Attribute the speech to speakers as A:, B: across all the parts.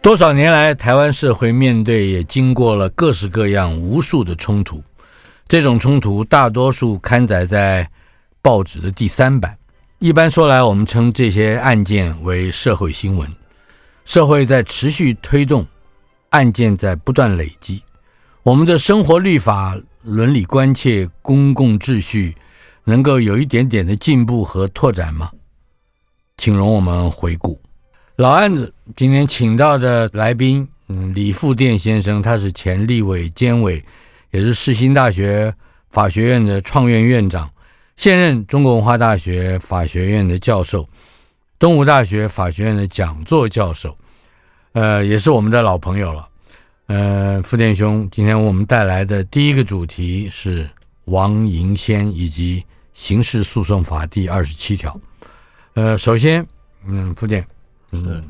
A: 多少年来，台湾社会面对也经过了各式各样无数的冲突，这种冲突大多数刊载在报纸的第三版。一般说来，我们称这些案件为社会新闻。社会在持续推动，案件在不断累积。我们的生活、律法、伦理关切、公共秩序，能够有一点点的进步和拓展吗？请容我们回顾老案子。今天请到的来宾，嗯，李富店先生，他是前立委、监委，也是世新大学法学院的创院院长。现任中国文化大学法学院的教授，东吴大学法学院的讲座教授，呃，也是我们的老朋友了。呃，傅电兄，今天为我们带来的第一个主题是王银仙以及刑事诉讼法第二十七条。呃，首先，嗯，傅电，
B: 是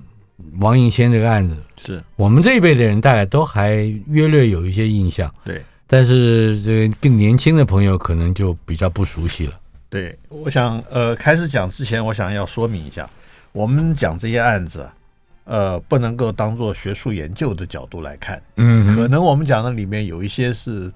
A: 王银仙这个案子，
B: 是，
A: 我们这一辈的人大概都还约略有一些印象，
B: 对
A: 但是这个更年轻的朋友可能就比较不熟悉了。
B: 对。我想，呃，开始讲之前，我想要说明一下，我们讲这些案子，呃，不能够当做学术研究的角度来看，
A: 嗯哼
B: 可能我们讲的里面有一些是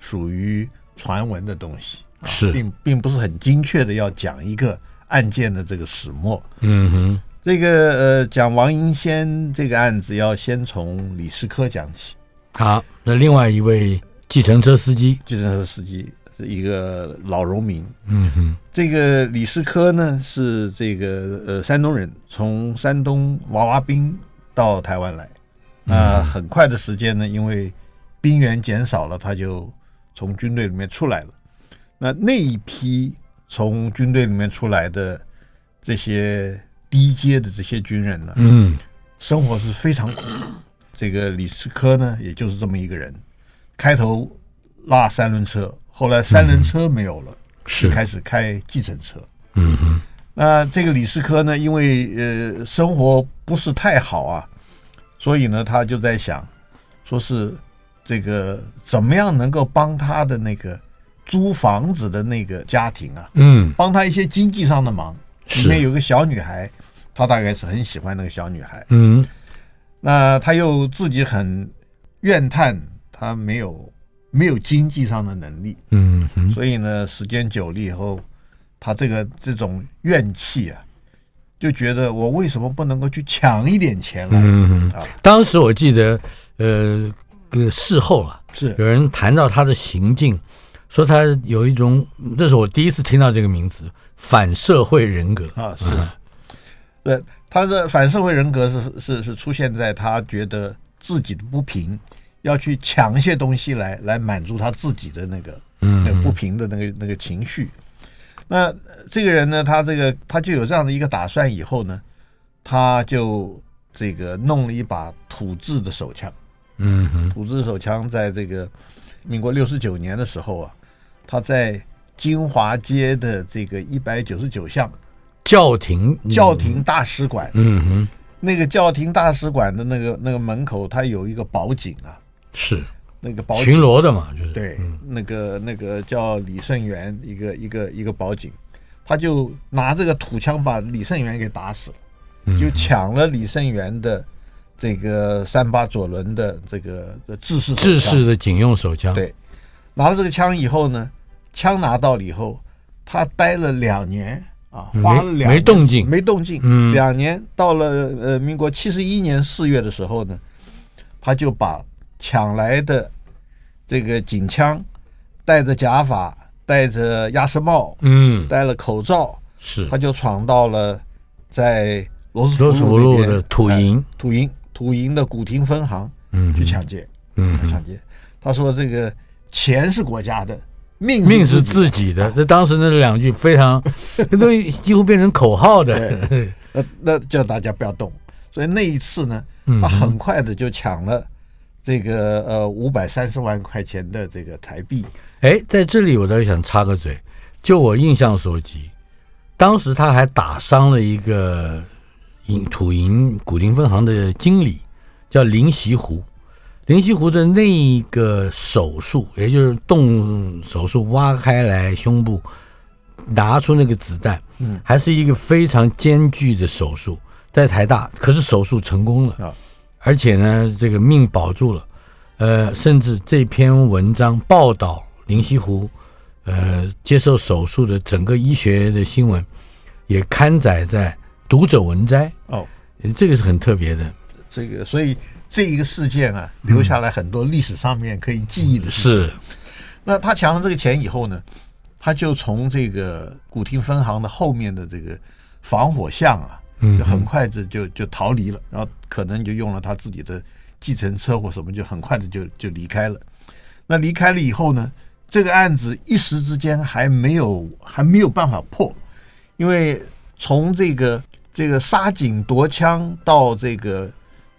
B: 属于传闻的东西，啊
A: 是
B: 并并不是很精确的要讲一个案件的这个始末。
A: 嗯哼，
B: 这个呃，讲王银仙这个案子，要先从李世科讲起。
A: 好，那另外一位计程车司机，
B: 计程车司机是一个老农民，
A: 嗯哼，
B: 这个李世科呢是这个呃山东人，从山东娃娃兵到台湾来，那、很快的时间呢，因为兵源减少了，他就从军队里面出来了。那那一批从军队里面出来的这些低阶的这些军人呢，
A: 嗯
B: 生活是非常苦的。这个李世科呢，也就是这么一个人，开头拉三轮车，后来三轮车没有了。
A: 是，
B: 开始开计程车。
A: 嗯哼，
B: 那这个李世科呢，因为呃生活不是太好啊，所以呢他就在想，说是这个怎么样能够帮他的那个租房子的那个家庭啊，
A: 嗯
B: 帮他一些经济上的忙。
A: 是
B: 里面有个小女孩，他大概是很喜欢那个小女孩。
A: 嗯
B: 那他又自己很怨叹他没有没有经济上的能力，
A: 嗯哼，
B: 所以呢，时间久了以后，他这个这种怨气啊，就觉得我为什么不能够去抢一点钱来？
A: 嗯哼
B: 啊，
A: 当时我记得，呃，呃事后啊，
B: 是
A: 有人谈到他的行径，说他有一种，这是我第一次听到这个名词，反社会人格。
B: 啊，是，对，他的反社会人格是是是出现在他觉得自己的不平，要去抢一些东西来来满足他自己的那个那个不平的那个那个情绪。那呃这个人呢，他这个他就有这样的一个打算，以后呢，他就这个弄了一把土制的手枪。
A: 嗯哼，
B: 土制手枪在这个民国六十九年的时候啊，他在金华街的这个一百九十九巷
A: 教廷，
B: 教廷大使馆，
A: 嗯哼，
B: 那个教廷大使馆的那个那个门口，它有一个保警啊，
A: 是
B: 那个保警
A: 巡逻的嗯嘛，就是，
B: 对，那个那个叫李胜元，一个一个一个保警，他就拿这个土枪把李胜元给打死了，
A: 嗯
B: 就抢了李胜元的这个三八左轮的这个制式手
A: 制
B: 枪
A: 式的警用手枪，
B: 对拿了这个枪以后呢，枪拿到了以后，他待了两年啊，花了两
A: 嗯
B: 年
A: 没动静
B: 没动静。
A: 嗯
B: 两年到了呃民国七十一年四月的时候呢，他就把抢来的这个警枪，戴着假发，戴着鸭舌帽，
A: 嗯，
B: 戴了口罩，
A: 是
B: 他就闯到了在罗斯
A: 罗斯福
B: 路
A: 路
B: 那边
A: 的土
B: 哎
A: 营，
B: 土营土营的古亭分行
A: 嗯，
B: 去抢劫，
A: 嗯，
B: 他抢劫。他说这个钱是国家的，命
A: 命
B: 是
A: 是
B: 自己
A: 自己的。这当时那两句非 常，这都几乎变成口号的。
B: 的，那那叫大家不要动。所以那一次呢，
A: 嗯
B: 他很快的就抢了这个呃五百三十万块钱的这个台币。
A: 哎，在这里我倒是想插个嘴，就我印象所及，当时他还打伤了一个银土银古林分行的经理，叫林习湖。林习湖的那个手术，也就是动手术挖开来胸部，拿出那个子弹，
B: 嗯，
A: 还是一个非常艰巨的手术，在台大，可是手术成功了
B: 啊，
A: 而且呢，这个命保住了。呃，甚至这篇文章报道林西湖，呃，接受手术的整个医学的新闻，也刊载在《读者文摘
B: 哦，》，
A: 这个是很特别的。
B: 这个所以这一个事件啊，留下来很多历史上面可以记忆的事情。
A: 是，
B: 那他抢了这个钱以后呢，他就从这个古亭分行的后面的这个防火巷啊，
A: 嗯
B: 就很快就就就逃离了，然后可能就用了他自己的计程车或什么，就很快的就就离开了。那离开了以后呢，这个案子一时之间还没有还没有办法破，因为从这个这个杀警夺枪到这个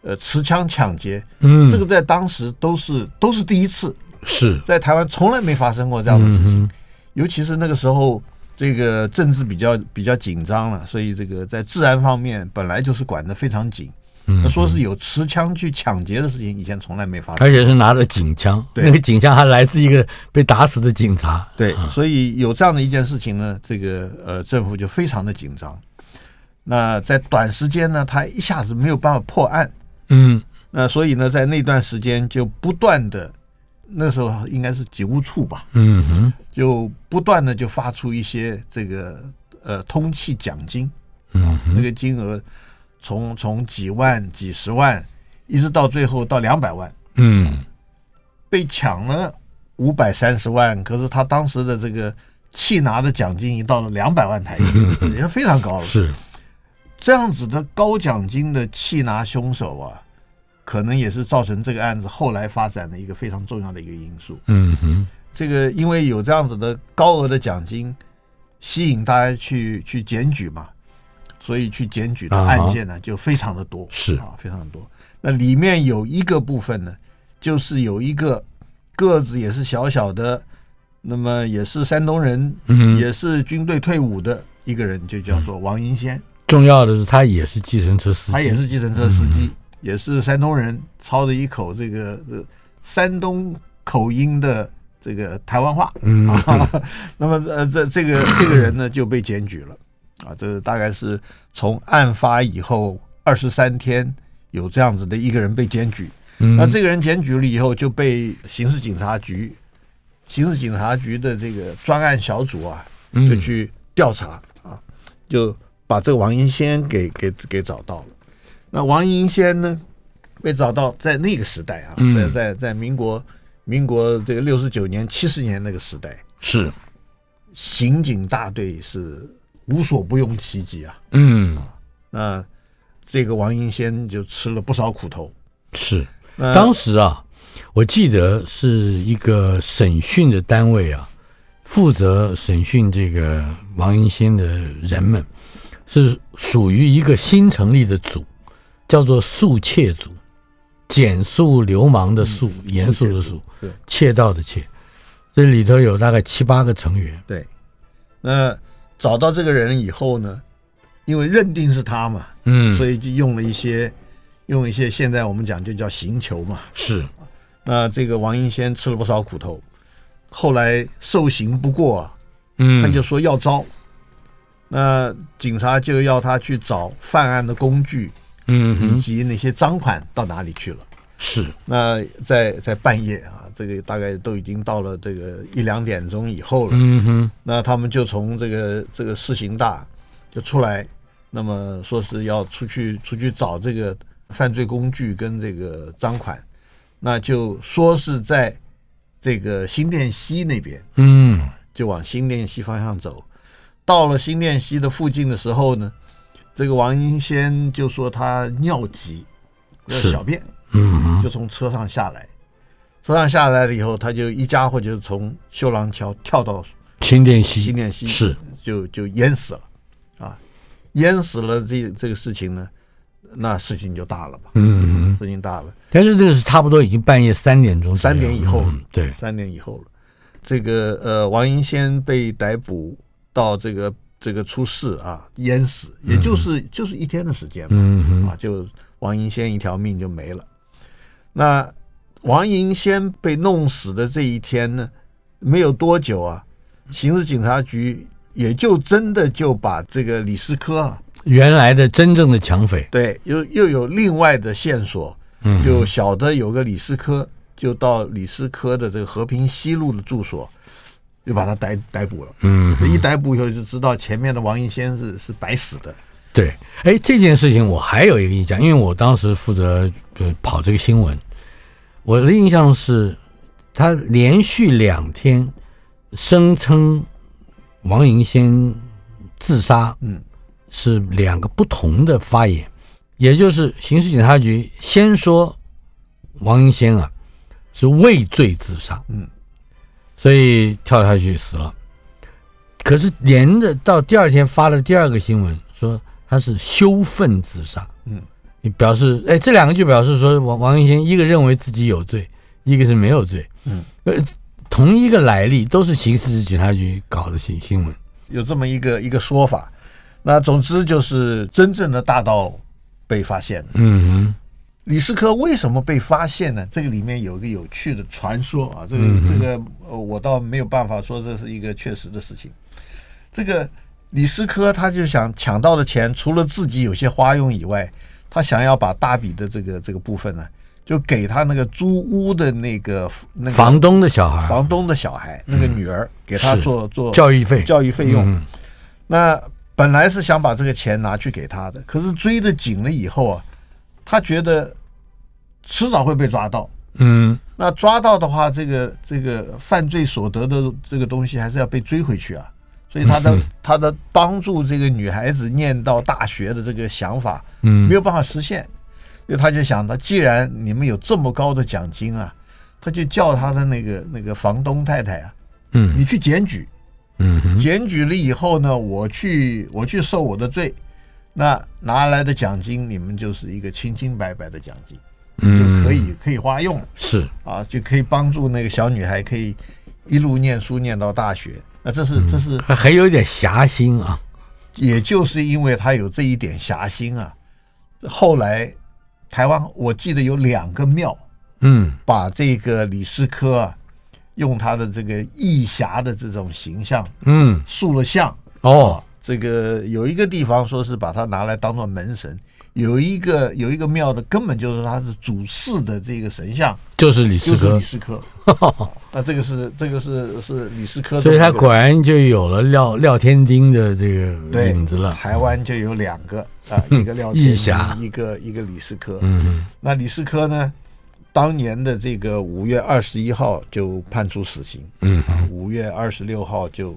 B: 呃持枪抢劫，
A: 嗯，
B: 这个在当时都是都是第一次，
A: 是，
B: 在台湾从来没发生过这样的事
A: 嗯
B: 情，
A: 哼，
B: 尤其是那个时候，这个政治比较比较紧张了，所以这个在治安方面本来就是管得非常紧。
A: 嗯
B: 那说是有持枪去抢劫的事情，以前从来没发生。
A: 而且是拿着警枪，
B: 对
A: 那个警枪还来自一个被打死的警察。
B: 对
A: 啊，
B: 所以有这样的一件事情呢，这个呃政府就非常的紧张。那在短时间呢，他一下子没有办法破案，
A: 嗯
B: 那所以呢，在那段时间就不断的，那时候应该是警务处吧，
A: 嗯哼，
B: 就不断的就发出一些这个呃通气奖金，
A: 嗯
B: 啊，那个金额从从几万、几十万，一直到最后到两百万，
A: 嗯，
B: 被抢了五百三十万，可是他当时的这个气拿的奖金已到了两百万台币，也非常高了。
A: 嗯是，
B: 这样子的高奖金的气拿凶手啊，可能也是造成这个案子后来发展的一个非常重要的一个因素。
A: 嗯哼，
B: 这个因为有这样子的高额的奖金，吸引大家去去检举嘛，所以去检举的案件呢、就非常的多，
A: 啊是
B: 啊，非常地多。那里面有一个部分呢，就是有一个个子也是小小的，那么也是山东人，
A: 嗯
B: 也是军队退伍的一个人，就叫做王银仙，
A: 重要的是他也是计程车司机，
B: 他也是计程车司机，
A: 嗯
B: 也是山东人，操着一口这个、呃、山东口音的这个台湾话。
A: 嗯，
B: 啊， 那么呃，这这个这个人呢就被检举了啊，这大概是从案发以后二十三天有这样子的一个人被检举，
A: 嗯
B: 那这个人检举了以后就被刑事警察局刑事警察局的这个专案小组啊就
A: 嗯
B: 去调查啊，就把这个王银仙给给给找到了。那王银仙呢，被找到在那个时代啊，
A: 嗯
B: 在在在民国民国这个六十九年七十年那个时代，
A: 是，
B: 刑警大队是无所不用其极啊。
A: 嗯
B: 那这个王银仙就吃了不少苦头。
A: 是。
B: 那
A: 当时啊，我记得是一个审讯的单位啊，负责审讯这个王银仙的人们，是属于一个新成立的组，叫做“肃窃组”，减肃流氓的
B: 嗯
A: 肃，严肃的肃
B: 是，
A: 窃盗的窃。这里头有大概七八个成员，
B: 对，那找到这个人以后呢，因为认定是他嘛，
A: 嗯
B: 所
A: 以
B: 以就用了一些用一些现在我们讲就叫刑求嘛。
A: 是，
B: 那这个王银仙吃了不少苦头，后来受刑不过、啊，
A: 嗯，
B: 他就说要招。那警察就要他去找犯案的工具，
A: 嗯
B: 以
A: 哼
B: 及那些赃款到哪里去了。
A: 是
B: 那在在半夜啊，这个大概都已经到了这个一两点钟以后了。
A: 嗯哼，
B: 那他们就从这个这个市刑大就出来，那么说是要出去出去找这个犯罪工具跟这个赃款，那就说是在这个新店西那边，
A: 嗯
B: 就往新店西方向走。到了新店西的附近的时候呢，这个王英先就说他尿急，要
A: 是
B: 小便。
A: 嗯哼，
B: 就从车上下来，车上下来了以后，他就一家伙就从秀廊桥跳到
A: 新店西
B: 新店溪，
A: 是
B: 就就淹死了，啊，淹死了这这个事情呢，那事情就大了吧，
A: 嗯哼，
B: 事情大了，
A: 但是这个是差不多已经半夜三点钟左右，
B: 三点以后
A: 嗯对，
B: 三年以后了，这个呃王银先被逮捕到这个这个出事啊，淹死，也就是、就是一天的时间嘛，
A: 嗯哼，
B: 啊，就王银仙一条命就没了。那王银仙被弄死的这一天呢，没有多久啊，刑事警察局也就真的就把这个李斯科、啊，
A: 原来的真正的抢匪，
B: 对，又又有另外的线索，
A: 嗯，
B: 就晓得有个李斯科，就到李斯科的这个和平西路的住所，就把他逮逮捕了。
A: 嗯哼
B: 一逮捕以后就知道前面的王银仙是是白死的，
A: 对，哎，这件事情我还有一个印象，因为我当时负责呃跑这个新闻，我的印象是，他连续两天声称王银先自杀，
B: 嗯，
A: 是两个不同的发言，也就是刑事警察局先说王银先啊是畏罪自杀，
B: 嗯，
A: 所以跳下去死了。可是连着到第二天发了第二个新闻，说他是羞愤自杀。
B: 嗯，
A: 你表示，哎，这两个就表示说王王一先一个认为自己有罪，一个是没有罪。
B: 嗯，
A: 呃，同一个来历，都是刑事警察局搞的新新闻。
B: 有这么一个一个说法。那总之就是真正的大盗被发现了。
A: 嗯
B: 李斯科为什么被发现呢？这个里面有一个有趣的传说啊，这个
A: 嗯
B: 这个呃，我倒没有办法说这是一个确实的事情。这个李斯科他就想抢到的钱，除了自己有些花用以外，他想要把大笔的这个这个部分呢，就给他那个租屋的那个那
A: 哼，
B: 个
A: 房东的小孩，
B: 房东的小孩那个女儿，给他
A: 是
B: 做做
A: 教育费，
B: 教育费用。
A: 嗯
B: 那本来是想把这个钱拿去给他的，可是追得紧了以后啊，他觉得迟早会被抓到。
A: 嗯，
B: 那抓到的话，这个这个犯罪所得的这个东西还是要被追回去啊。所以他的、他的帮助这个女孩子念到大学的这个想法，
A: 嗯
B: 没有办法实现。所以他就想到，既然你们有这么高的奖金啊，他就叫他的那个那个房东太太啊，
A: 嗯
B: 你去检举，
A: 嗯哼，
B: 检举了以后呢，我去我去受我的罪，那拿来的奖金你们就是一个清清白白的奖金，就
A: 嗯
B: 可以可以花用了
A: 是
B: 啊，就可以帮助那个小女孩可以一路念书念到大学。那这
A: 嗯
B: 是这是，
A: 还还有一点侠心啊。
B: 也就是因为他有这一点侠心啊，后来台湾我记得有两个庙
A: 嗯
B: 把这个李师科啊，用他的这个义侠的这种形象
A: 嗯，
B: 塑了像。
A: 哦，
B: 这个有一个地方说是把它拿来当做门神，有一个有一个庙的根本就是它是主祀的这个神像，
A: 就是李
B: 就
A: 四
B: 是
A: 哥
B: 李，斯科。那这个是这个是是李斯科这
A: 所以
B: 么一
A: 他
B: 个，
A: 果然就有了廖廖天丁的这个
B: 对
A: 影子了。
B: 台湾就有两 个啊，一个廖天
A: 义侠
B: 一个一个李斯科。
A: 嗯
B: 那李斯科呢，当年的这个五月二十一号就判处死刑，
A: 嗯，
B: 五月二十六号就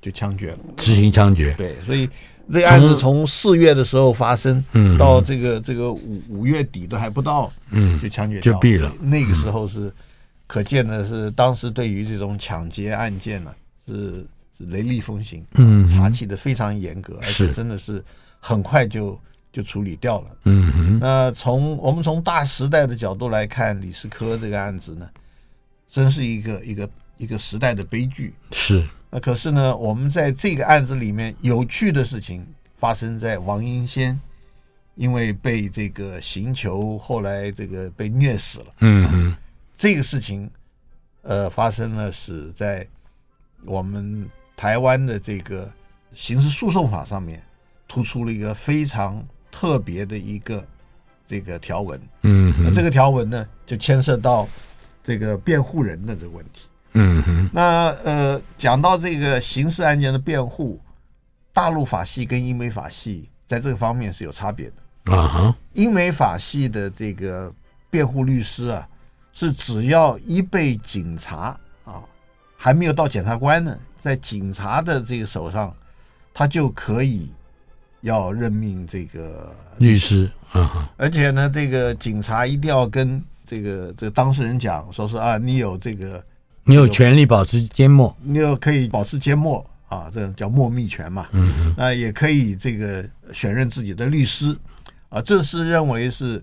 B: 就枪决了。
A: 执行枪决。
B: 对，所以这案子从四月的时候发生，
A: 嗯
B: 到这个这个五五月底都还不到，
A: 嗯
B: 就枪决
A: 就
B: 掉
A: 毙了嗯
B: 那个时候是可见的是，当时对于这种抢劫案件呢、是是雷厉风行，
A: 嗯
B: 查起的非常严格，而且
A: 是
B: 真的是很快就就处理掉了。
A: 嗯哼，
B: 那从我们从大时代的角度来看，李斯科这个案子呢，真是一个一个一个时代的悲剧。
A: 是
B: 那可是呢，我们在这个案子里面有趣的事情发生在王英先，因为被这个刑求，后来这个被虐死了。
A: 嗯哼，
B: 这个事情，呃，发生了是在我们台湾的这个刑事诉讼法上面突出了一个非常特别的一个这个条文。
A: 嗯
B: 那
A: 哼，
B: 这个条文呢，就牵涉到这个辩护人的这个问题。
A: 嗯哼，
B: 那呃，讲到这个刑事案件的辩护，大陆法系跟英美法系在这个方面是有差别的。
A: 啊哈，
B: 英美法系的这个辩护律师啊，是只要一被警察啊还没有到检察官呢，在警察的这个手上，他就可以要任命这个，
A: 律师啊哈，
B: 而且呢，这个警察一定要跟这个这个当事人讲，说是啊，你有这个
A: 你有权利保持缄默。
B: 你又可以保持缄默啊，这叫默密权嘛。
A: 嗯
B: 那也可以这个选任自己的律师啊，这是认为是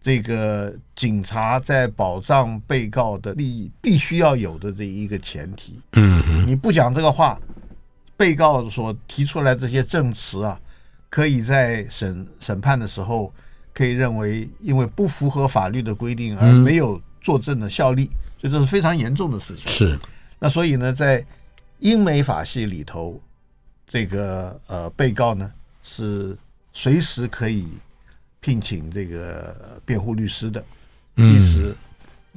B: 这个警察在保障被告的利益必须要有的这一个前提。
A: 嗯哼，
B: 你不讲这个话，被告所提出来这些证词啊，可以在审审判的时候可以认为因为不符合法律的规定
A: 嗯
B: 而没有作证的效力，所以这是非常严重的事情。
A: 是，
B: 那所以呢，在英美法系里头，这个呃被告呢是随时可以聘请这个呃辩护律师的，
A: 嗯
B: 即使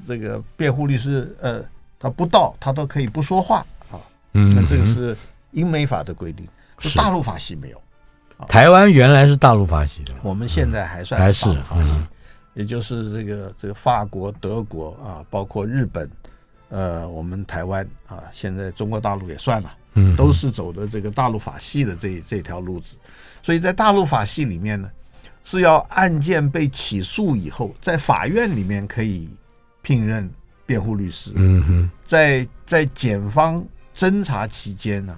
B: 这个辩护律师呃他不到，他都可以不说话啊。
A: 嗯
B: 那
A: 哼，
B: 这个是英美法的规定，
A: 是
B: 大陆法系没有，
A: 台湾原来是大陆法系的，
B: 我们现在还算
A: 还是
B: 大陆法系
A: 嗯，
B: 也就是这个这个法国、德国啊，包括日本。呃，我们台湾啊，现在中国大陆也算了，
A: 嗯，
B: 都是走的这个大陆法系的这这条路子，所以在大陆法系里面呢，是要案件被起诉以后，在法院里面可以聘任辩护律师，
A: 嗯哼，
B: 啊在在检方侦查期间呢、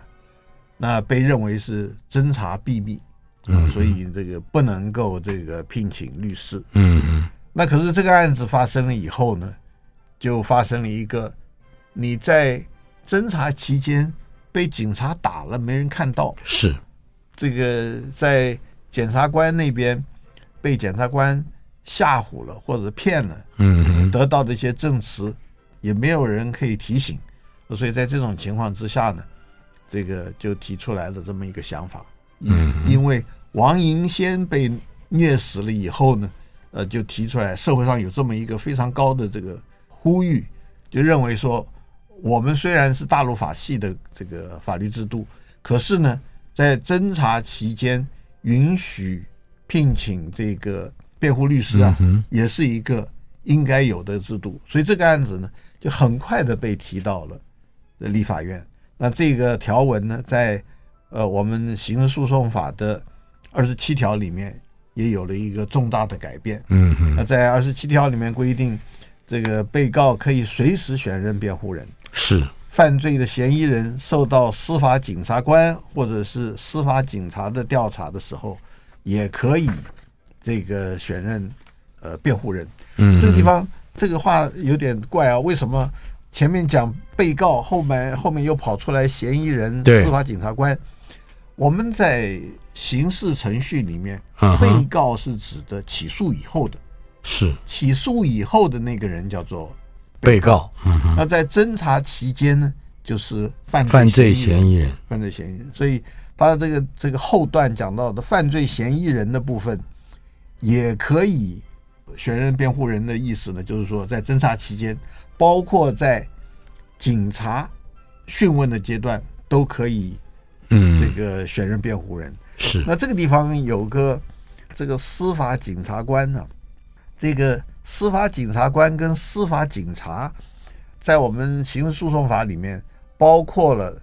B: 那被认为是侦查秘密，啊，所以这个不能够这个聘请律师。
A: 嗯哼，
B: 那可是这个案子发生了以后呢，就发生了一个你在侦查期间被警察打了，没人看到，
A: 是，
B: 这个在检察官那边被检察官吓唬了或者骗了，
A: 嗯哼，
B: 得到的一些证词也没有人可以提醒，所以在这种情况之下呢，这个就提出来了这么一个想法，嗯，因为王银仙被虐死了以后呢，呃，就提出来社会上有这么一个非常高的这个呼吁，就认为说我们虽然是大陆法系的这个法律制度，可是呢，在侦查期间允许聘请这个辩护律
A: 嗯
B: 师啊，也是一个应该有的制度。所以这个案子呢，就很快的被提到了立法院。那这个条文呢，在呃我们刑事诉讼法的二十七条里面也有了一个重大的改变。
A: 嗯哼，
B: 那在二十七条里面规定，这个被告可以随时选任辩护人。
A: 是，
B: 犯罪的嫌疑人受到司法警察官或者是司法警察的调查的时候，也可以这个选任呃辩护人。
A: 嗯，
B: 这个地方这个话有点怪啊，为什么前面讲被告，后面后面又跑出来嫌疑人、
A: 对
B: 司法检察官？我们在刑事程序里面，
A: 嗯
B: 被
A: 哼，
B: 告是指的起诉以后的，
A: 是
B: 起诉以后的那个人叫做
A: 被告，嗯哼，
B: 那在侦查期间呢，就是犯
A: 犯罪嫌
B: 疑
A: 疑人，
B: 犯罪嫌疑人，所以他的这个这个后段讲到的犯罪嫌疑人的部分，也可以选任辩护人的意思呢，就是说在侦查期间，包括在警察讯问的阶段，都可以这
A: 嗯，
B: 个选任辩护人。
A: 是，
B: 那这个地方有个这个司法警察官呢、这个司法警察官跟司法警察，在我们刑事诉讼法里面包括了，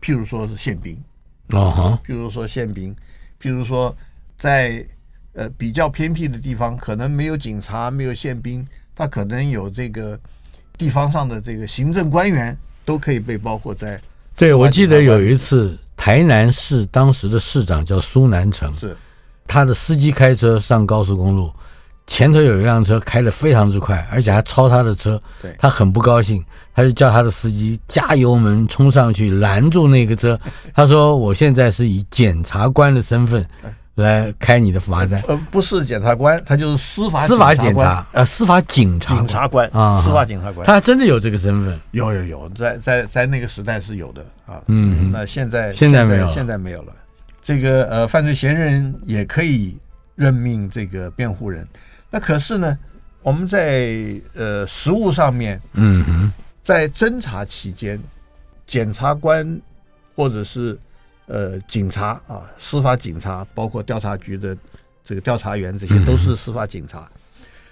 B: 譬如说是宪兵，啊
A: 哦哈，
B: 譬如说宪兵，譬如说在呃比较偏僻的地方，可能没有警察，没有宪兵，他可能有这个地方上的这个行政官员都可以被包括在
A: 对，我记得有
B: 一
A: 一次台南市当时的市长叫苏南成，
B: 是
A: 他的司机开车上高速公路，前头有一辆车开得非常之快，而且还超他的车
B: 对，
A: 他很不高兴，他就叫他的司机加油门冲上去拦住那个 车。他说：“我现在是以检察官的身份
B: 哎
A: 来开你的罚单。
B: 呃不是检察官，他就是司”法
A: 司法
B: 检
A: 检
B: 官
A: 察呃，司法警察，
B: 警察官
A: 啊
B: 司法检察官，
A: 他还真的有这个身份。
B: 有有有，在在在那个时代是有的啊。嗯，那现在
A: 现在没有了
B: 现在没有了。这个呃，犯罪嫌疑人也可以任命这个辩护人，那可是呢，我们在呃实务上面，
A: 嗯哼，
B: 在侦查期间，检察官或者是呃警察啊，司法警察，包括调查局的这个调查员，这
A: 嗯
B: 些都是司法警察。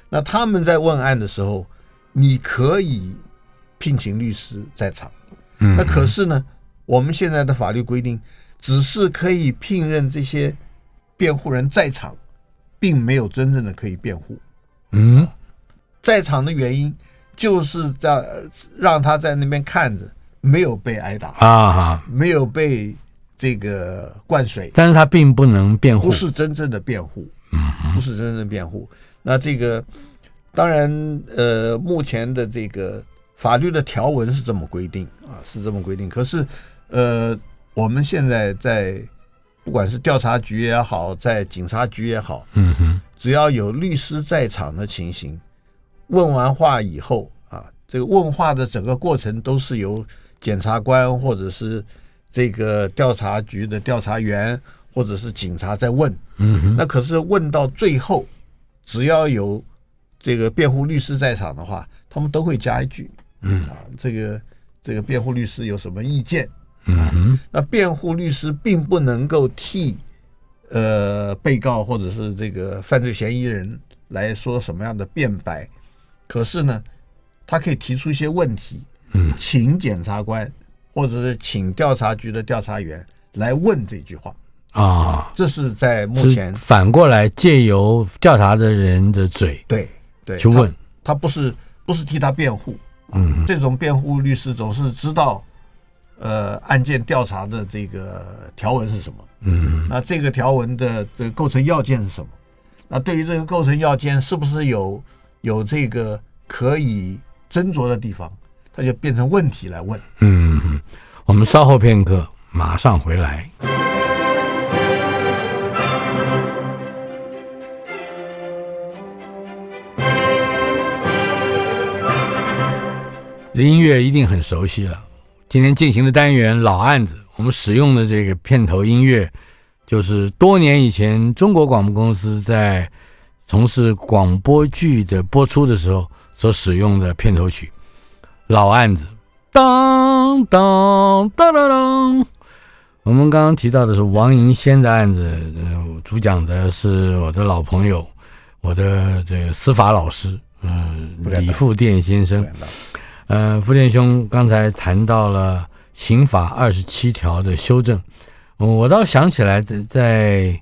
B: 那他们在问案的时候，你可以聘请律师在场。
A: 嗯
B: 那可是呢，我们现在的法律规定，只是可以聘任这些辩护人在场，并没有真正的可以辩护。
A: 嗯
B: 在场的原因就是在呃让他在那边看着，没有被挨打，
A: 啊哈，
B: 没有被这个灌水，
A: 但是他并不能辩护
B: 不，是真正的辩护，不是真正的辩护。那这个当然，呃，目前的这个法律的条文是这么规定啊，是这么规定。可是，呃，我们现在在不管是调查局也好，在警察局也好，
A: 嗯哼，
B: 只要有律师在场的情形，问完话以后啊，这个问话的整个过程都是由检察官或者是这个调查局的调查员或者是警察在问。
A: 嗯哼，
B: 那可是问到最后，只要有这个辩护律师在场的话，他们都会加一句，嗯啊，这个这个辩护律师有什么意见？
A: 嗯哼，
B: 那辩护律师并不能够替呃被告或者是这个犯罪嫌疑人来说什么样的辩白，可是呢，他可以提出一些问题，
A: 嗯，
B: 请检察官或者是请调查局的调查员来问这句话，
A: 啊，
B: 这是在目
A: 是
B: 前
A: 反过来借由调查的人的嘴
B: 对对
A: 去
B: 他
A: 问，
B: 他不是不是替他辩护，
A: 嗯，
B: 这种辩护律师总是知道，呃，案件调查的这个条文是什么，
A: 嗯
B: 那这个条文的这个构成要件是什么？那对于这个构成要件，是不是有有这个可以斟酌的地方？它就变成问题来问。
A: 嗯哼，我们稍后片刻马上回来。音乐一定很熟悉了。今天进行的单元老案子，我们使用的这个片头音乐，就是多年以前中国广播公司在从事广播剧的播出的时候所使用的片头曲。老案子，当当当当当。我们刚刚提到的是王银仙的案子，呃，主讲的是我的老朋友，我的这个司法老师，嗯、
B: 不敢当
A: 李富殿先生。呃，傅建兄刚才谈到了刑法二十七条的修正，呃我倒想起来在，在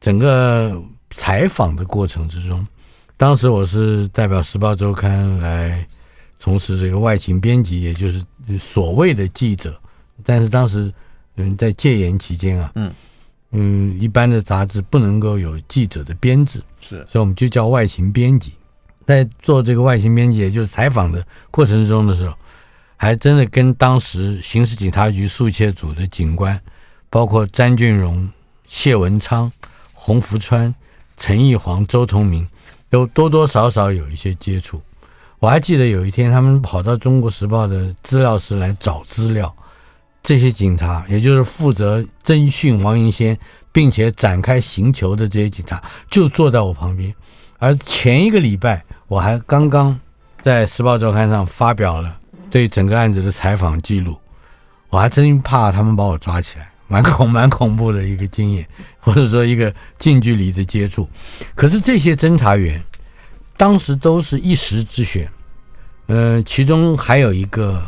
A: 整个采访的过程之中，当时我是代表《时报周刊》来从事这个外勤编辑，也就是所谓的记者，但是当时嗯，在戒严期间啊，
B: 嗯
A: 嗯，一般的杂志不能够有记者的编制，
B: 是
A: 所以我们就叫外勤编辑。在做这个外勤编辑，也就是采访的过程中的时候，还真的跟当时刑事警察局速窃组的警官，包括詹俊荣、谢文昌、洪福川、陈义煌、周同明，都多多少少有一些接触。我还记得有一天，他们跑到《中国时报》的资料室来找资料，这些警察，也就是负责侦讯王银仙，并且展开刑求的这些警察，就坐在我旁边。而前一个礼拜，我还刚刚在《时报周刊》上发表了对整个案子的采访记录，我还真怕他们把我抓起来，蛮恐蛮恐怖的一个经验，或者说一个近距离的接触。可是这些侦查员当时都是一时之选，呃，其中还有一个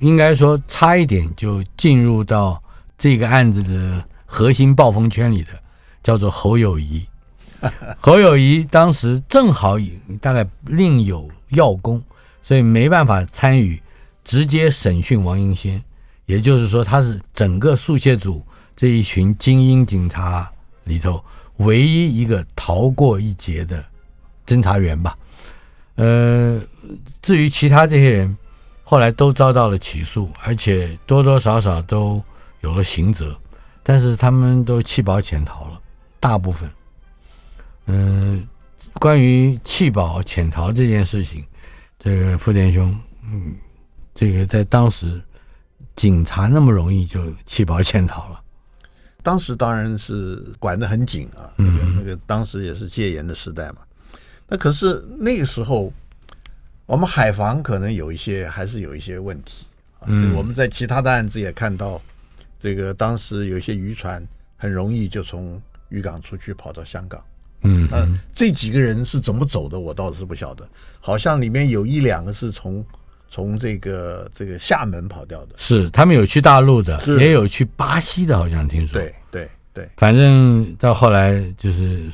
A: 应该说差一点就进入到这个案子的核心暴风圈里的，叫做侯友谊。侯友谊当时正好也大概另有要功，所以没办法参与直接审讯王英先。也就是说，他是整个速写组这一群精英警察里头唯一一个逃过一劫的侦查员吧。呃，至于其他这些人，后来都遭到了起诉，而且多多少少都有了刑责，但是他们都弃保潜逃了，大部分。嗯，关于弃保潜逃这件事情，这个傅田兄，嗯，这个在当时警察那么容易就弃保潜逃了，
B: 当时当然是管得很紧啊，那个那个当时也是戒严的时代嘛。那那可是那个时候，我们海防可能有一些还是有一些问题啊。这个我们在其他的案子也看到，这个当时有一些渔船很容易就从渔港出去跑到香港。
A: 嗯
B: 呃，这几个人是怎么走的，我倒是不晓得。好像里面有一两个是从从这个这个厦门跑掉的。
A: 是他们有去大陆的，
B: 是
A: 也有去巴西的，好像听说。，
B: 对对对，
A: 反正到后来就是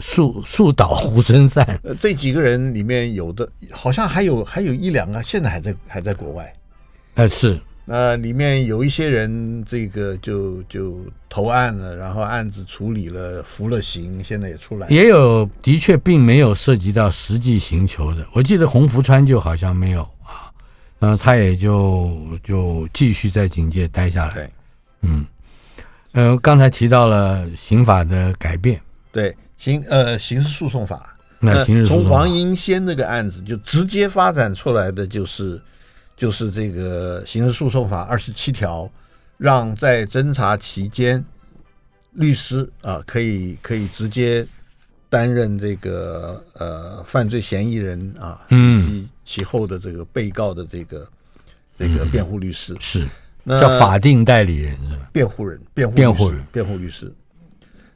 A: 树树倒猢狲散。
B: 呃，这几个人里面有的好像还有还有一两个现在还在还在国外。
A: 呃，是
B: 那里面有一些人，这个就就投案了，然后案子处理了，服了刑，现在也出来了。
A: 也有的确并没有涉及到实际刑求的。我记得洪福川就好像没有啊，然后他也就就继续在警界待下来。
B: 对，
A: 嗯，呃，刚才提到了刑法的改变，
B: 对，刑呃刑事诉讼法，
A: 那刑事诉
B: 呃从
A: 讼
B: 王
A: 法
B: 银仙那个案子就直接发展出来的就是，就是这个刑事诉讼法二十七条，让在侦查期间，律师啊、可以可以直接担任这个呃犯罪嫌疑人啊，
A: 嗯
B: 以及其后的这个被告的这个这个辩护律师，
A: 是
B: 那
A: 嗯叫法定代理人是吧？
B: 辩护人、辩护
A: 辩护人
B: 律师、辩护律师。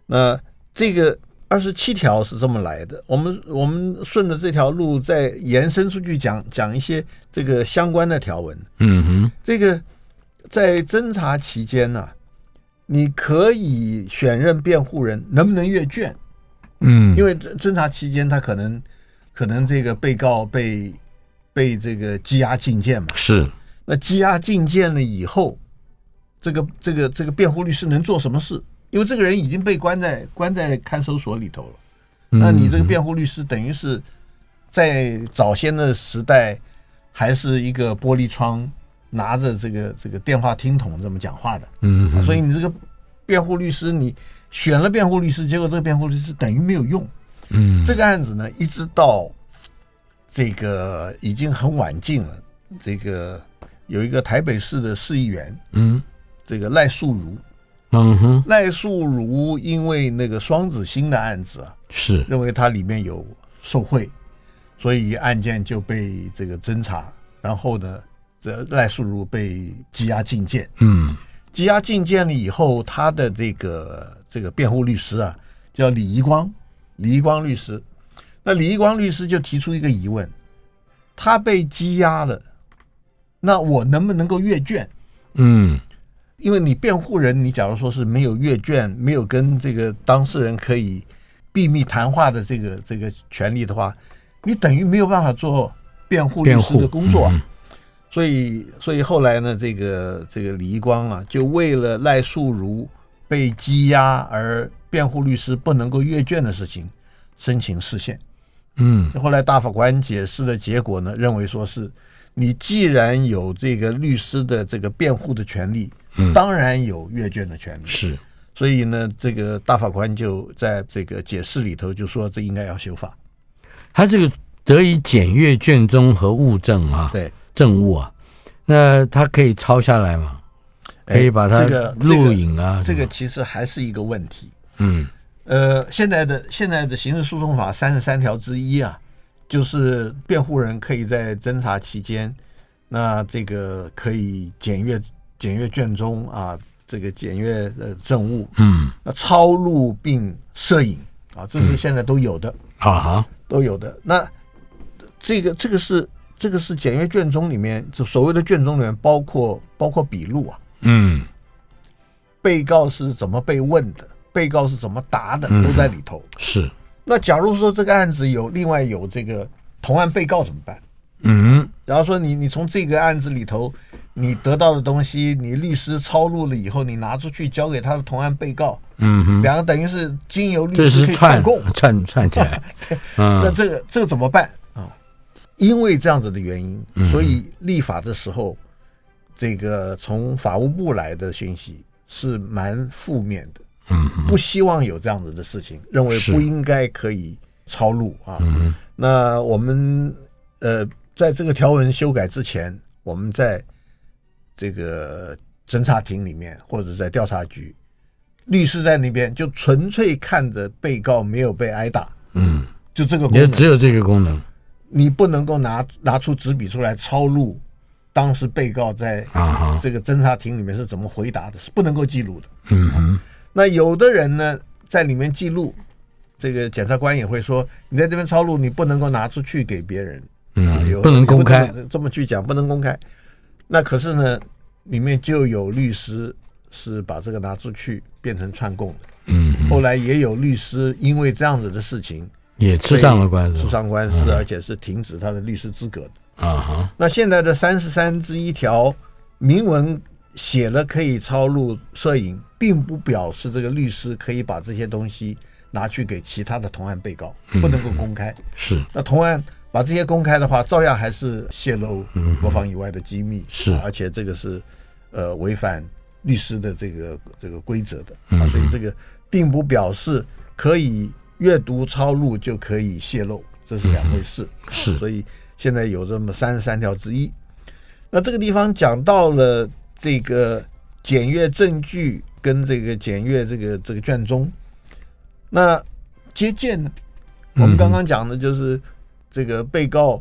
B: 那这个二十七条是这么来的，我们我们顺着这条路再延伸出去讲讲一些这个相关的条文。
A: 嗯哼，
B: 这个在侦查期间呢、你可以选任辩护人，能不能阅卷？
A: 嗯，
B: 因为侦侦查期间，他可能可能这个被告被被这个羁押禁见嘛，
A: 是
B: 那羁押禁见了以后，这个这个这个辩护律师能做什么事？因为这个人已经被关在关在看守所里头了。
A: 嗯
B: 那你这个辩护律师等于是在早先的时代，还是一个玻璃窗，拿着这个这个电话听筒这么讲话的。
A: 嗯哼
B: 所以你这个辩护律师，你选了辩护律师，结果这个辩护律师等于没有用。
A: 嗯
B: 这个案子呢，一直到这个已经很晚近了，这个有一个台北市的市议员，
A: 嗯
B: 这个赖素如，
A: 嗯哼
B: 赖素如因为那个双子星的案子啊，
A: 是
B: 认为它里面有受贿，所以案件就被这个侦查，然后呢，这赖素如被羁押禁见，
A: 嗯
B: 羁押禁见了以后，他的这个这个辩护律师啊，叫李怡光，李怡光律师。那李怡光律师就提出一个疑问：他被羁押了，那我能不能够阅卷？
A: 嗯
B: 因为你辩护人，你假如说是没有阅卷，没有跟这个当事人可以秘密谈话的这个这个权利的话，你等于没有办法做辩护律
A: 辩
B: 师
A: 护
B: 的工作啊。
A: 嗯
B: 所以，所以后来呢，这个这个李一光啊，就为了赖素如被羁押而辩护律师不能够阅卷的事情，申请释宪。
A: 嗯
B: 后来大法官解释的结果呢，认为说是你既然有这个律师的这个辩护的权利，当然有阅卷的权利。
A: 是
B: 所以呢，这个大法官就在这个解释里头就说这应该要修法。
A: 他这个得以检阅卷宗和物证啊，
B: 对，
A: 证物啊，那他可以抄下来吗？可以把它
B: 哎这个这个
A: 录影啊，
B: 这
A: 什
B: 个
A: 么
B: 其实还是一个问题。
A: 嗯
B: 呃，现在的现在的刑事诉讼法三十三条之一啊，就是辩护人可以在侦查期间，那这个可以检阅检阅卷宗啊，这个检阅呃证物，
A: 嗯
B: 那抄录并摄影啊，这是现在都有的，
A: 啊哈
B: 都有的。那这个这个是这个是检阅卷宗里面，就所谓的卷宗里面包括包括笔录啊，
A: 嗯
B: 被告是怎么被问的，被告是怎么答的，都在里头。
A: 是
B: 那假如说这个案子有另外有这个同案被告怎么办？
A: 嗯
B: 然后说你你从这个案子里头你得到的东西，你律师抄录了以后，你拿出去交给他的同案被告，
A: 嗯哼，
B: 两个等于是经由律
A: 这
B: 师
A: 是
B: 可以
A: 串
B: 串供，
A: 串串起 来，
B: 那
A: 嗯
B: 这个这个怎么办啊？因为这样子的原因，
A: 嗯
B: 所以立法的时候，这个从法务部来的讯息是蛮负面的。
A: 嗯哼
B: 不希望有这样子的事情，认为
A: 是
B: 不应该可以抄录啊。那我们呃，在这个条文修改之前，我们在这个侦查庭里面或者在调查局，律师在那边就纯粹看着被告没有被挨打，
A: 嗯
B: 就这个功
A: 也
B: 能，
A: 只有这个功能
B: 你不能够拿拿出纸笔出来抄录当时被告在
A: 啊哈，
B: 这个侦查庭里面是怎么回答的，是不能够记录的。
A: 嗯哼，
B: 那有的人呢，在里面记录，这个检察官也会说，你在这边抄录，你不能够拿出去给别人，啊
A: 嗯，
B: 有
A: 不能公开
B: 有，这么这么去讲，不能公开。那可是呢，里面就有律师是把这个拿出去变成串供的。
A: 嗯哼，
B: 后来也有律师因为这样子的事情
A: 也吃上了官
B: 吃
A: 司
B: 上官
A: 嗯
B: 司，而且是停止他的律师资格的。
A: 啊哈，
B: 那现在的三十三之一条明文写了可以抄录摄影，并不表示这个律师可以把这些东西拿去给其他的同案被告，不能够公开。
A: 是
B: 那同案把这些公开的话，照样还是泄露国防以外的机密，
A: 是
B: 啊而且这个是呃违反律师的这个这个规则的啊，所以这个并不表示可以阅读抄录就可以泄露，这是两回事。
A: 是，
B: 所以现在有这么三十三条之一。那这个地方讲到了这个检阅证据跟这个检阅这个这个卷宗，那接见呢？我们刚刚讲的就是这个被告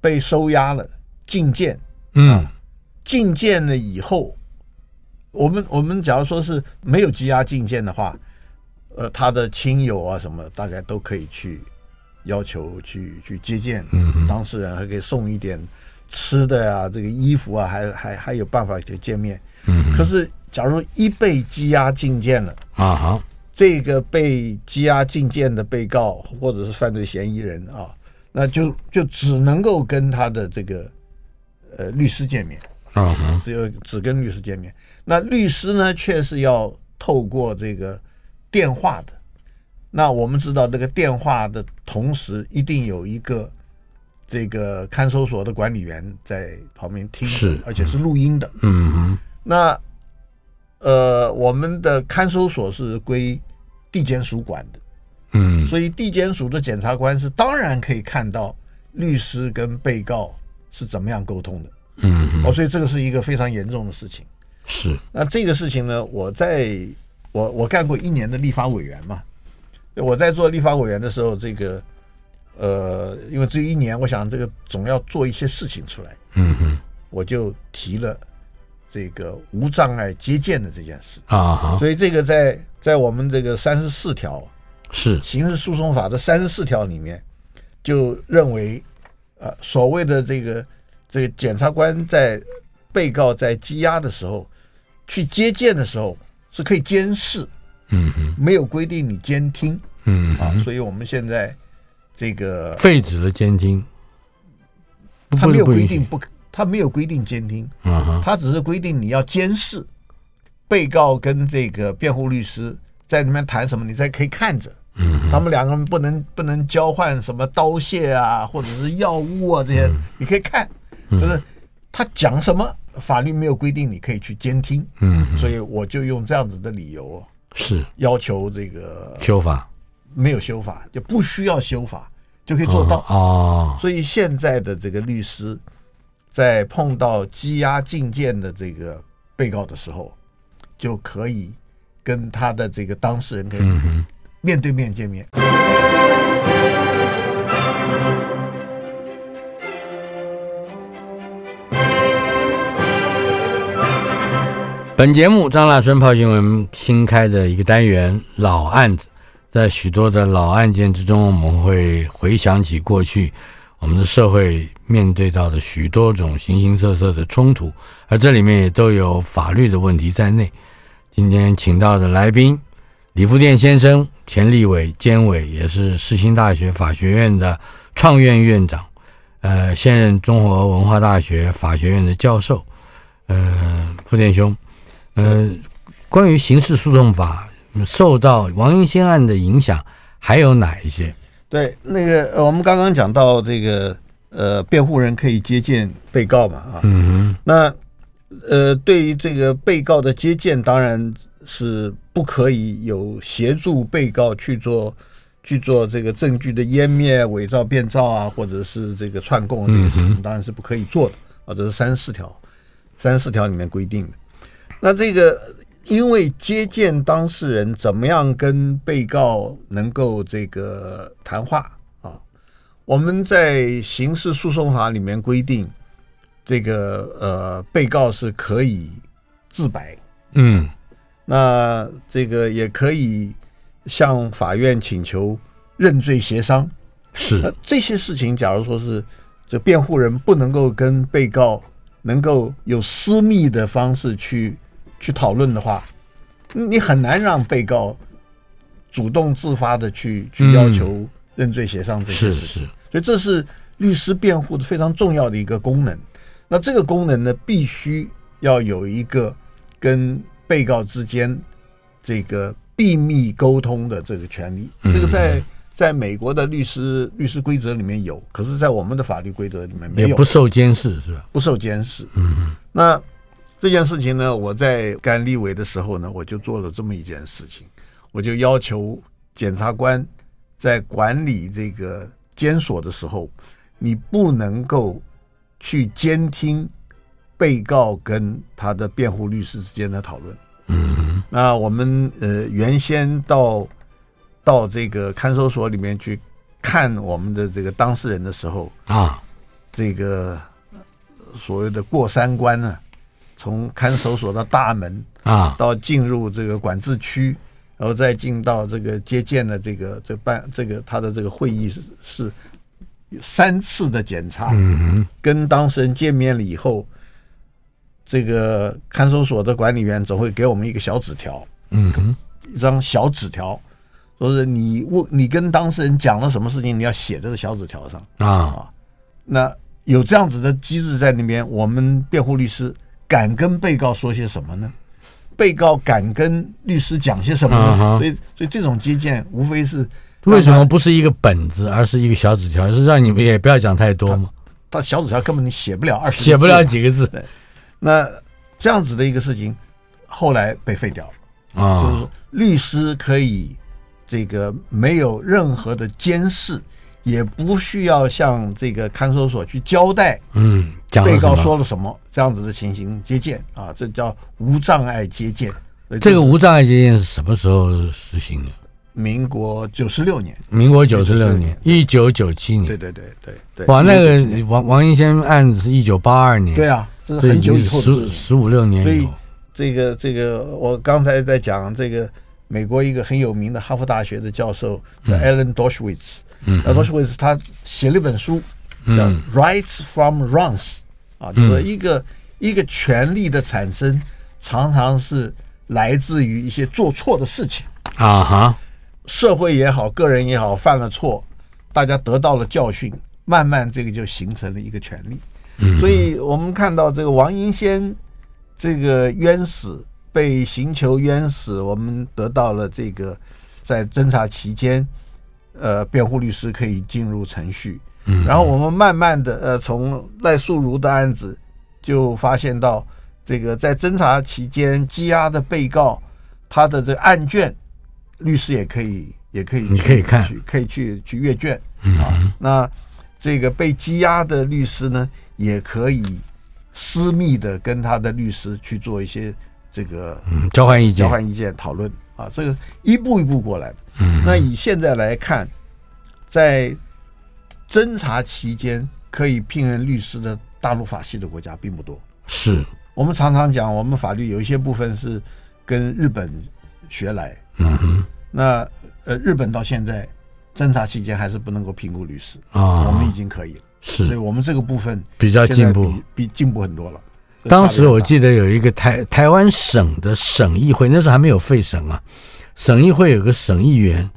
B: 被收押了，进见，
A: 嗯
B: 进见了以后，我们我们假如说是没有羁押进见的话，呃，他的亲友啊什么，大概都可以去要求去去接见当事人，还可以送一点吃的呀、这个衣服啊，还还还有办法去见面。可是，假如一被羁押进见了，
A: 啊哈，
B: 这个被羁押进监的被告或者是犯罪嫌疑人啊，那就就只能够跟他的这个呃律师见面，
A: 啊哈，
B: 只有只跟律师见面。那律师呢，却是要透过这个电话的。那我们知道，这个电话的同时，一定有一个这个看守所的管理员在旁边听，
A: 是
B: 而且是录音的。
A: 嗯哼，
B: 那呃，我们的看守所是归地检署管的，
A: 嗯
B: 所以地检署的检察官是当然可以看到律师跟被告是怎么样沟通的。
A: 嗯哼，
B: 哦，所以这个是一个非常严重的事情。
A: 是，
B: 那这个事情呢，我在我我干过一年的立法委员嘛，我在做立法委员的时候，这个呃，因为只有一年，我想这个总要做一些事情出来，
A: 嗯哼，
B: 我就提了这个无障碍接见的这件事。
A: 啊哈，
B: 所以这个在在我们这个三十四条
A: 是
B: 刑事诉讼法的三十四条里面，就认为，呃，所谓的这个这个检察官在被告在羁押的时候，去接见的时候是可以监视，
A: 嗯哼，
B: 没有规定你监听
A: 嗯
B: 啊
A: 哼，。
B: 所以我们现在这个
A: 废止了监听，不
B: 他
A: 不
B: 没
A: 是
B: 有
A: 不
B: 规
A: 允许
B: 定不，他没有规定监听，
A: 啊哈，
B: 他只是规定你要监视被告跟这个辩护律师在里面谈什么，你才可以看着。
A: 嗯
B: 他们两个人不能不能交换什么刀械啊，或者是药物啊这些，
A: 嗯
B: 你可以看，就是他讲什么，法律没有规定你可以去监听，
A: 嗯哼，
B: 所以我就用这样子的理由哦
A: 是
B: 要求这个
A: 修法
B: 没有修法，就不需要修法就可以做到。
A: 哦，
B: 所以现在的这个律师，在碰到羁押禁见的这个被告的时候，就可以跟他的这个当事人可以
A: 嗯哼，
B: 面对面见面。
A: 本节目张大春泡新闻新开的一个单元“老案子”，在许多的老案件之中，我们会回想起过去我们的社会面对到的许多种形形色色的冲突，而这里面也都有法律的问题在内。今天请到的来宾，李富店先生，前立委、监委，也是世新大学法学院的创院院长，呃，现任中华文化大学法学院的教授。嗯，傅店兄，呃，关于刑事诉讼法受到王英先案的影响，还有哪一些？
B: 对，那个呃我们刚刚讲到这个呃，辩护人可以接见被告嘛啊，
A: 嗯
B: 那呃，对于这个被告的接见，当然是不可以有协助被告去做去做这个证据的湮灭、伪造、变造啊，或者是这个串供这个事情，当然是不可以做的啊，这是三十四条三十四条里面规定的。那这个因为接见当事人怎么样跟被告能够这个谈话，啊我们在刑事诉讼法里面规定，这个呃，被告是可以自白，
A: 嗯
B: 那这个也可以向法院请求认罪协商。那
A: 是
B: 这些事情，假如说是这辩护人不能够跟被告能够有私密的方式去去讨论的话，你很难让被告主动自发的去去要求认罪协商这些
A: 嗯是
B: 事情。
A: 是，
B: 所以这是律师辩护的非常重要的一个功能。那这个功能呢，必须要有一个跟被告之间这个秘密沟通的这个权利。
A: 嗯
B: 这个在在美国的律师律师规则里面有，可是，在我们的法律规则里面没
A: 也
B: 有，
A: 不受监视是吧？
B: 不受监视。嗯，那这件事情呢，我在干立委的时候呢，我就做了这么一件事情，我就要求检察官在管理这个监所的时候，你不能够去监听被告跟他的辩护律师之间的讨论。嗯，那我们呃原先到到这个看守所里面去看我们的这个当事人的时候，
A: 啊，
B: 这个所谓的过三关呢、从看守所的大门
A: 啊，
B: 到进入这个管制区，然后再进到这个接见的这个这办这个他的这个会议室室有三次的检查，
A: 嗯
B: 跟当事人见面了以后，这个看守所的管理员总会给我们一个小纸条，
A: 哼，嗯哼，
B: 一张小纸条，说是你问你跟当事人讲了什么事情，你要写在这小纸条上。
A: 啊，
B: 那有这样子的机制在那边，我们辩护律师敢跟被告说些什么呢？被告敢跟律师讲些什么
A: 嗯哼
B: 呢？所以，所以这种接见无非是
A: 为什么不是一个本子，而是一个小纸条？是让你们也不要讲太多嘛，
B: 他小纸条根本你写不了二十，
A: 写不了。几个字
B: 那这样子的一个事情，后来被废掉了，就是
A: 啊
B: 说律师可以这个没有任何的监视，也不需要向这个看守所去交代
A: 嗯，讲了
B: 被告
A: 什么
B: 说了什么，这样子的情形接见啊，这叫无障碍接见。所以
A: 这个
B: 是
A: 无障碍接见是什么时候实行的？
B: 民国九十六年，
A: 民国九十六年
B: 1996，
A: 一九九七
B: 对
A: 年。
B: 对对对对。
A: 哇，那
B: 1997
A: 个
B: 年
A: 王王英先案子是一九八二年，
B: 对啊，这
A: 这
B: 是
A: 已
B: 很久
A: 经
B: 以后的
A: 十哎
B: 事情。
A: 十五六年
B: 所
A: 以
B: 以
A: 后。
B: 这个这个，我刚才在讲这个美国一个很有名的哈佛大学的教授叫 Alan Dershowitz，
A: 嗯
B: 那 Dershowitz 他写了一本书叫《
A: 嗯
B: Rights from Wrongs》啊，就是一个一个权利的产生常常是来自于一些做错的事情。
A: 啊哈，
B: 社会也好，个人也好，犯了错，大家得到了教训，慢慢这个就形成了一个权利。
A: 嗯
B: 所以我们看到这个王英先这个冤死被刑求冤死，我们得到了这个在侦查期间，呃，辩护律师可以进入程序。
A: 嗯
B: 然后我们慢慢的，呃，从赖素如的案子就发现到，这个在侦查期间羁押的被告，他的这个案卷，律师也可以，也可以去，
A: 你可以看
B: 去可以去去阅卷
A: 嗯
B: 啊。那这个被羁押的律师呢，也可以私密的跟他的律师去做一些这个
A: 嗯，交换意见
B: 交，换意见、讨论啊，这个一步一步过来的。
A: 嗯
B: 那以现在来看，在侦查期间可以聘任律师的大陆法系的国家并不多。
A: 是，
B: 我们常常讲，我们法律有一些部分是跟日本学来。
A: 嗯哼，
B: 那呃，日本到现在侦查期间还是不能够评估律师，
A: 啊
B: 我们已经可以了。所以
A: 是
B: 我们这个部分
A: 比较
B: 现在
A: 进步
B: 比。比进步很多了。
A: 当时我
B: 记。
A: 记得有一个台台湾省的省议会，那时候还没有废省啊，省议会有个省议员，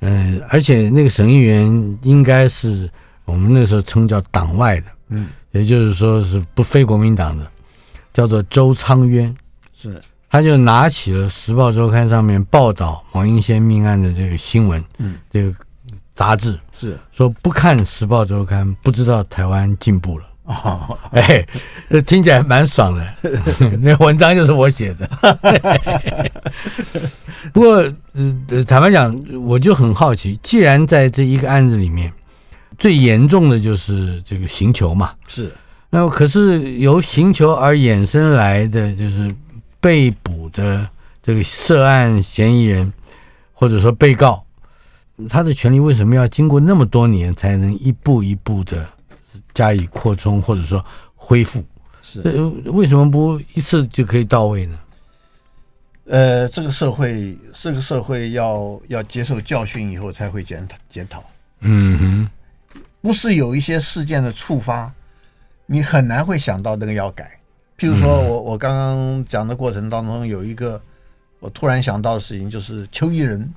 A: 嗯、而且那个省议员应该是我们那时候称叫党外的，
B: 嗯，
A: 也就是说是不非国民党的，叫做周仓渊，
B: 是
A: 他就拿起了《时报周刊》上面报道王英先命案的这个新闻，
B: 嗯，
A: 这个杂志，
B: 是
A: 说不看《时报周刊》，不知道台湾进步了。
B: 哦，
A: 哎，这听起来蛮爽的。 那文章就是我写的。不过，呃，呃坦白讲，我就很好奇，既然在这一个案子里面，最严重的就是这个刑求嘛，
B: 是
A: 那可是由刑求而衍生来的，就是被捕的这个涉案嫌疑人，或者说被告，他的权利为什么要经过那么多年才能一步一步的加以扩充，或者说恢复？
B: 是
A: 这为什么不一次就可以到位呢？
B: 呃，这个社会，这个社会要要接受教训以后才会检讨检讨，
A: 嗯哼，
B: 不是有一些事件的触发，你很难会想到那个要改。譬如
A: 嗯
B: 说我我刚刚讲的过程当中有一个我突然想到的事情，就是邱毅人，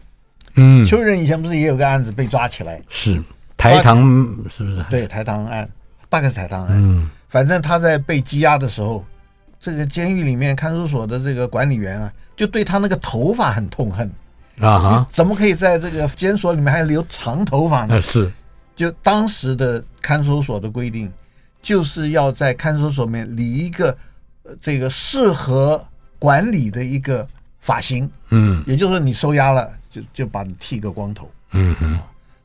A: 嗯，
B: 邱毅人以前不是也有个案子被抓起来，
A: 是台糖是不 是？
B: 对台糖案，大概是台糖案。嗯，反正他在被羁押的时候，这个监狱里面看守所的这个管理员啊，就对他那个头发很痛恨，
A: 啊哈，
B: 怎么可以在这个监所里面还留长头发呢
A: 那？是
B: 就当时的看守所的规定，就是要在看守所里面理一个呃这个适合管理的一个发型，
A: 嗯
B: 也就是说你收押了，就就把你剃个光头。啊
A: 嗯哼，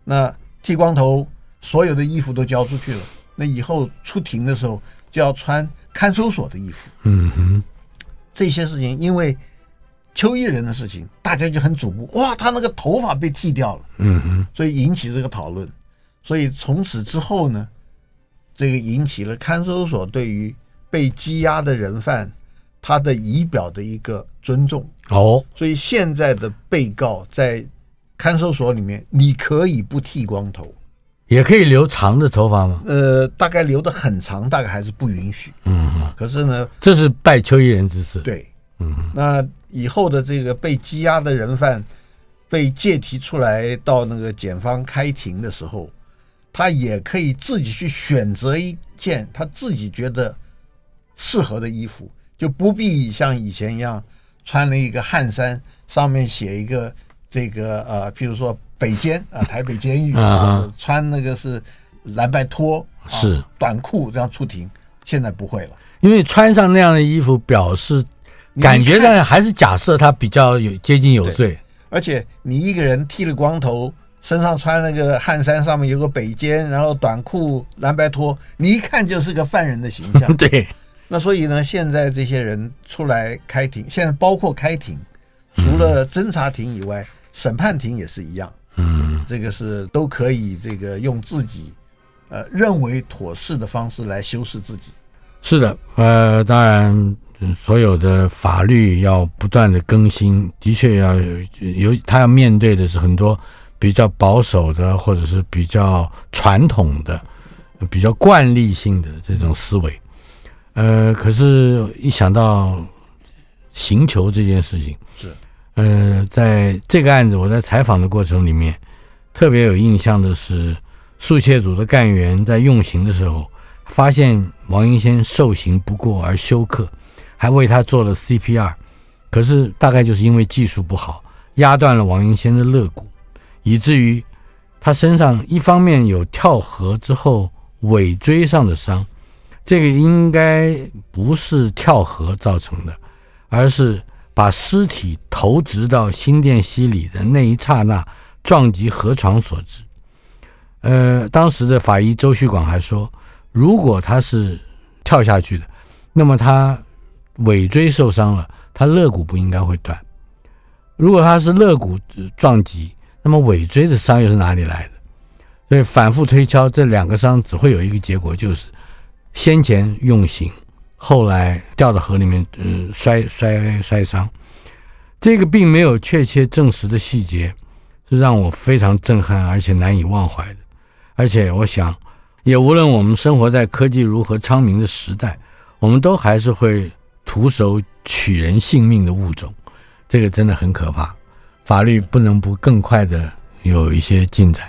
B: 那剃光头，所有的衣服都交出去了。那以后出庭的时候就要穿看守所的衣服。
A: 嗯哼，
B: 这些事情，因为邱毅人的事情，大家就很瞩目。哇，他那个头发被剃掉了，
A: 嗯哼，
B: 所以引起这个讨论。所以从此之后呢，这个引起了看守所对于被羁押的人犯他的仪表的一个尊重。
A: 哦，
B: 所以现在的被告在看守所里面，你可以不剃光头。
A: 也可以留长的头发吗？
B: 呃，大概留得很长，大概还是不允许。
A: 嗯哼，
B: 可是呢，
A: 这是拜邱伊人之赐。
B: 对，那以后的这个被羁押的人犯被借题出来到那个检方开庭的时候，他也可以自己去选择一件他自己觉得适合的衣服，就不必像以前一样穿了一个汗衫，上面写一个这个呃，譬如说北监啊、台北监狱，
A: 啊
B: 或者穿那个是蓝白拖，啊
A: 是
B: 短裤这样出庭，现在不会了。
A: 因为穿上那样的衣服，表示
B: 你一
A: 感觉
B: 看
A: 上还是假设他比较有接近有罪。。
B: 而且你一个人剃了光头，身上穿了个汗衫，上面有个北肩，然后短裤、蓝白拖，你一看就是个犯人的形象
A: 对，
B: 那所以呢，现在这些人出来开庭，现在包括开庭，除了侦查庭以外，审判庭也是一样，
A: 嗯
B: 这个是都可以这个用自己呃认为妥适的方式来修饰自己。，
A: 是的，呃，当然，嗯所有的法律要不断的更新，的确要有，有他要面对的是很多比较保守的，或者是比较传统的、比较惯例性的这种思维。呃，可是，一想到刑求这件事情，
B: 是，
A: 呃，在这个案子我在采访的过程里面，特别有印象的是，速窃组的干员在用刑的时候，发现王英先受刑不过而休克，还为他做了 CPR。可是大概就是因为技术不好，压断了王英先的肋骨，以至于他身上一方面有跳河之后尾椎上的伤，这个应该不是跳河造成的，而是把尸体投掷到新店溪里的那一刹那撞击河床所致。呃，当时的法医周旭广还说，如果他是跳下去的，那么他尾椎受伤了，他肋骨不应该会断；如果他是肋骨呃撞击，那么尾椎的伤又是哪里来的？所以反复推敲，这两个伤只会有一个结果，就是先前用刑，后来掉到河里面，嗯、摔摔摔伤。这个并没有确切证实的细节，是让我非常震撼而且难以忘怀的。而且我想，也无论我们生活在科技如何昌明的时代，我们都还是会徒手取人性命的物种，这个真的很可怕。法律不能不更快的有一些进展。